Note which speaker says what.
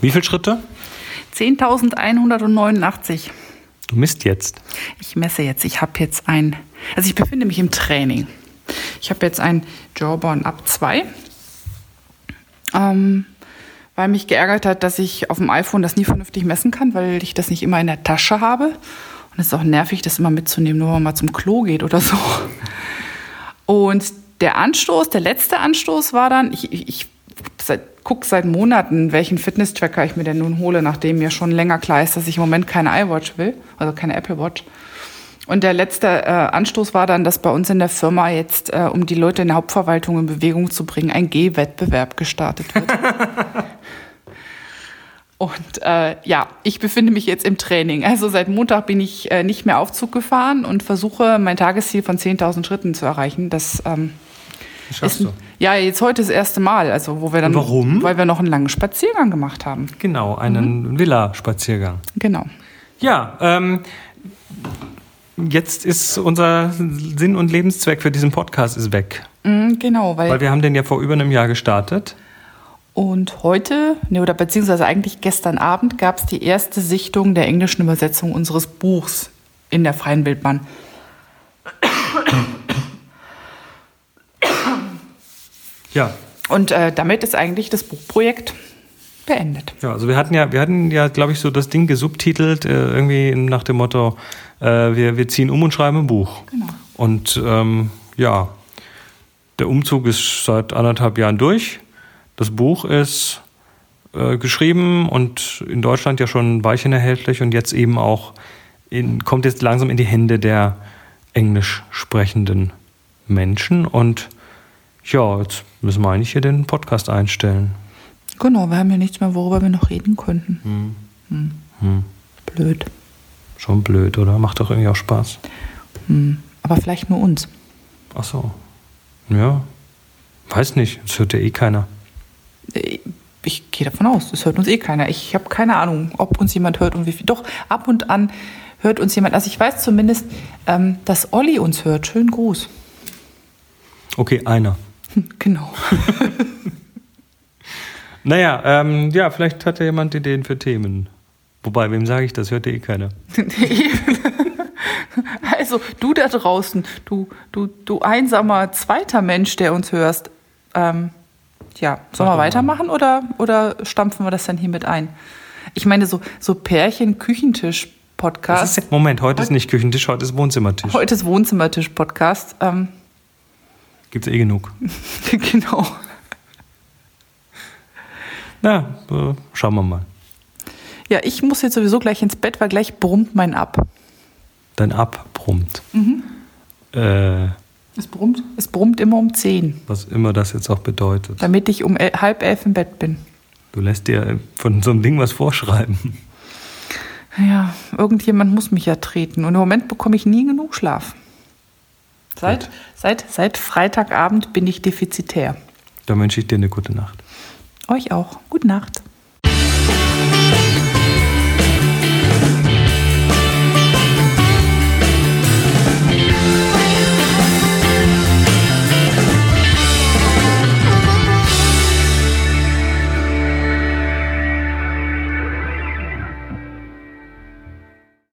Speaker 1: Wie viele Schritte?
Speaker 2: 10.189.
Speaker 1: Du misst jetzt.
Speaker 2: Ich messe jetzt. Ich habe jetzt ein. Also ich befinde mich im Training. Ich habe jetzt ein Jawbone Up 2. Ähm, weil mich geärgert hat, dass ich auf dem iPhone das nie vernünftig messen kann, weil ich das nicht immer in der Tasche habe. Und es ist auch nervig, das immer mitzunehmen, nur wenn man mal zum Klo geht oder so. Und der Anstoß, der letzte Anstoß war dann, ich, ich, ich seit, gucke seit Monaten, welchen Fitness-Tracker ich mir denn nun hole, nachdem mir schon länger klar ist, dass ich im Moment keine iWatch will, also keine Apple Watch. Und der letzte äh, Anstoß war dann, dass bei uns in der Firma jetzt, äh, um die Leute in der Hauptverwaltung in Bewegung zu bringen, ein G-Wettbewerb gestartet wird. Und äh, ja, ich befinde mich jetzt im Training. Also seit Montag bin ich äh, nicht mehr Aufzug gefahren und versuche, mein Tagesziel von 10.000 Schritten zu erreichen. Das ähm,
Speaker 1: Schaffst
Speaker 2: ist,
Speaker 1: du.
Speaker 2: ja jetzt heute das erste Mal, also wo wir dann,
Speaker 1: Warum?
Speaker 2: weil wir noch einen langen Spaziergang gemacht haben.
Speaker 1: Genau, einen Villa-Spaziergang.
Speaker 2: Genau.
Speaker 1: Ja, ähm, jetzt ist unser Sinn und Lebenszweck für diesen Podcast ist weg.
Speaker 2: Mhm, genau, weil,
Speaker 1: Weil wir haben den ja vor über einem Jahr gestartet.
Speaker 2: und heute, ne, oder beziehungsweise eigentlich gestern Abend gab es die erste Sichtung der englischen Übersetzung unseres Buchs in der freien Wildbahn.
Speaker 1: Ja.
Speaker 2: Und äh, damit ist eigentlich das Buchprojekt beendet.
Speaker 1: Ja, also wir hatten ja, wir hatten ja, glaube ich, so das Ding gesubtitelt, äh, irgendwie nach dem Motto, äh, wir, wir ziehen um und schreiben ein Buch.
Speaker 2: Genau.
Speaker 1: Und ähm, ja, der Umzug ist seit anderthalb Jahren durch. Das Buch ist äh, geschrieben und in Deutschland ja schon weichen erhältlich und jetzt eben auch in, kommt jetzt langsam in die Hände der englisch sprechenden Menschen. Und ja, jetzt müssen wir eigentlich hier den Podcast einstellen.
Speaker 2: Genau, wir haben ja nichts mehr, worüber wir noch reden könnten. Hm. Blöd.
Speaker 1: Schon blöd, oder? Macht doch irgendwie auch Spaß.
Speaker 2: Hm. Aber vielleicht nur uns.
Speaker 1: Ach so. Ja. Weiß nicht. Das hört ja eh keiner.
Speaker 2: Äh, Ich gehe davon aus, es hört uns eh keiner. Ich habe keine Ahnung, ob uns jemand hört und wie viel. Doch, ab und an hört uns jemand. Also ich weiß zumindest, ähm, dass Olli uns hört. Schönen Gruß.
Speaker 1: Okay, einer.
Speaker 2: genau.
Speaker 1: Naja, ähm, ja, vielleicht hat ja jemand Ideen für Themen. Wobei, wem sage ich das? Hört ja eh keiner.
Speaker 2: Also du da draußen, du, du, du einsamer zweiter Mensch, der uns hörst. Ähm, ja, sollen
Speaker 1: doch
Speaker 2: wir
Speaker 1: mal.
Speaker 2: weitermachen oder, oder stampfen wir das dann hiermit ein? Ich meine, so, so
Speaker 1: Das
Speaker 2: Pärchen-Küchentisch-Podcast.
Speaker 1: ist, Moment, heute ist nicht Küchentisch, heute ist Wohnzimmertisch.
Speaker 2: Heute ist Wohnzimmertisch-Podcast. Ähm,
Speaker 1: Gibt's eh genug.
Speaker 2: genau.
Speaker 1: Na, äh, schauen wir mal.
Speaker 2: Ja, ich muss jetzt sowieso gleich ins Bett, weil gleich brummt mein ab.
Speaker 1: Dein Ab brummt. Äh,
Speaker 2: Es brummt? Es brummt immer um 10,
Speaker 1: was immer das jetzt auch bedeutet.
Speaker 2: damit ich um el halb elf im Bett bin.
Speaker 1: Du lässt dir von so einem Ding was vorschreiben.
Speaker 2: Ja, irgendjemand muss mich ja treten. Und im Moment bekomme ich nie genug Schlaf. Seit,
Speaker 1: Gut.
Speaker 2: seit, seit Freitagabend bin ich defizitär.
Speaker 1: Dann wünsche ich dir eine gute Nacht.
Speaker 2: Euch auch. Gute Nacht.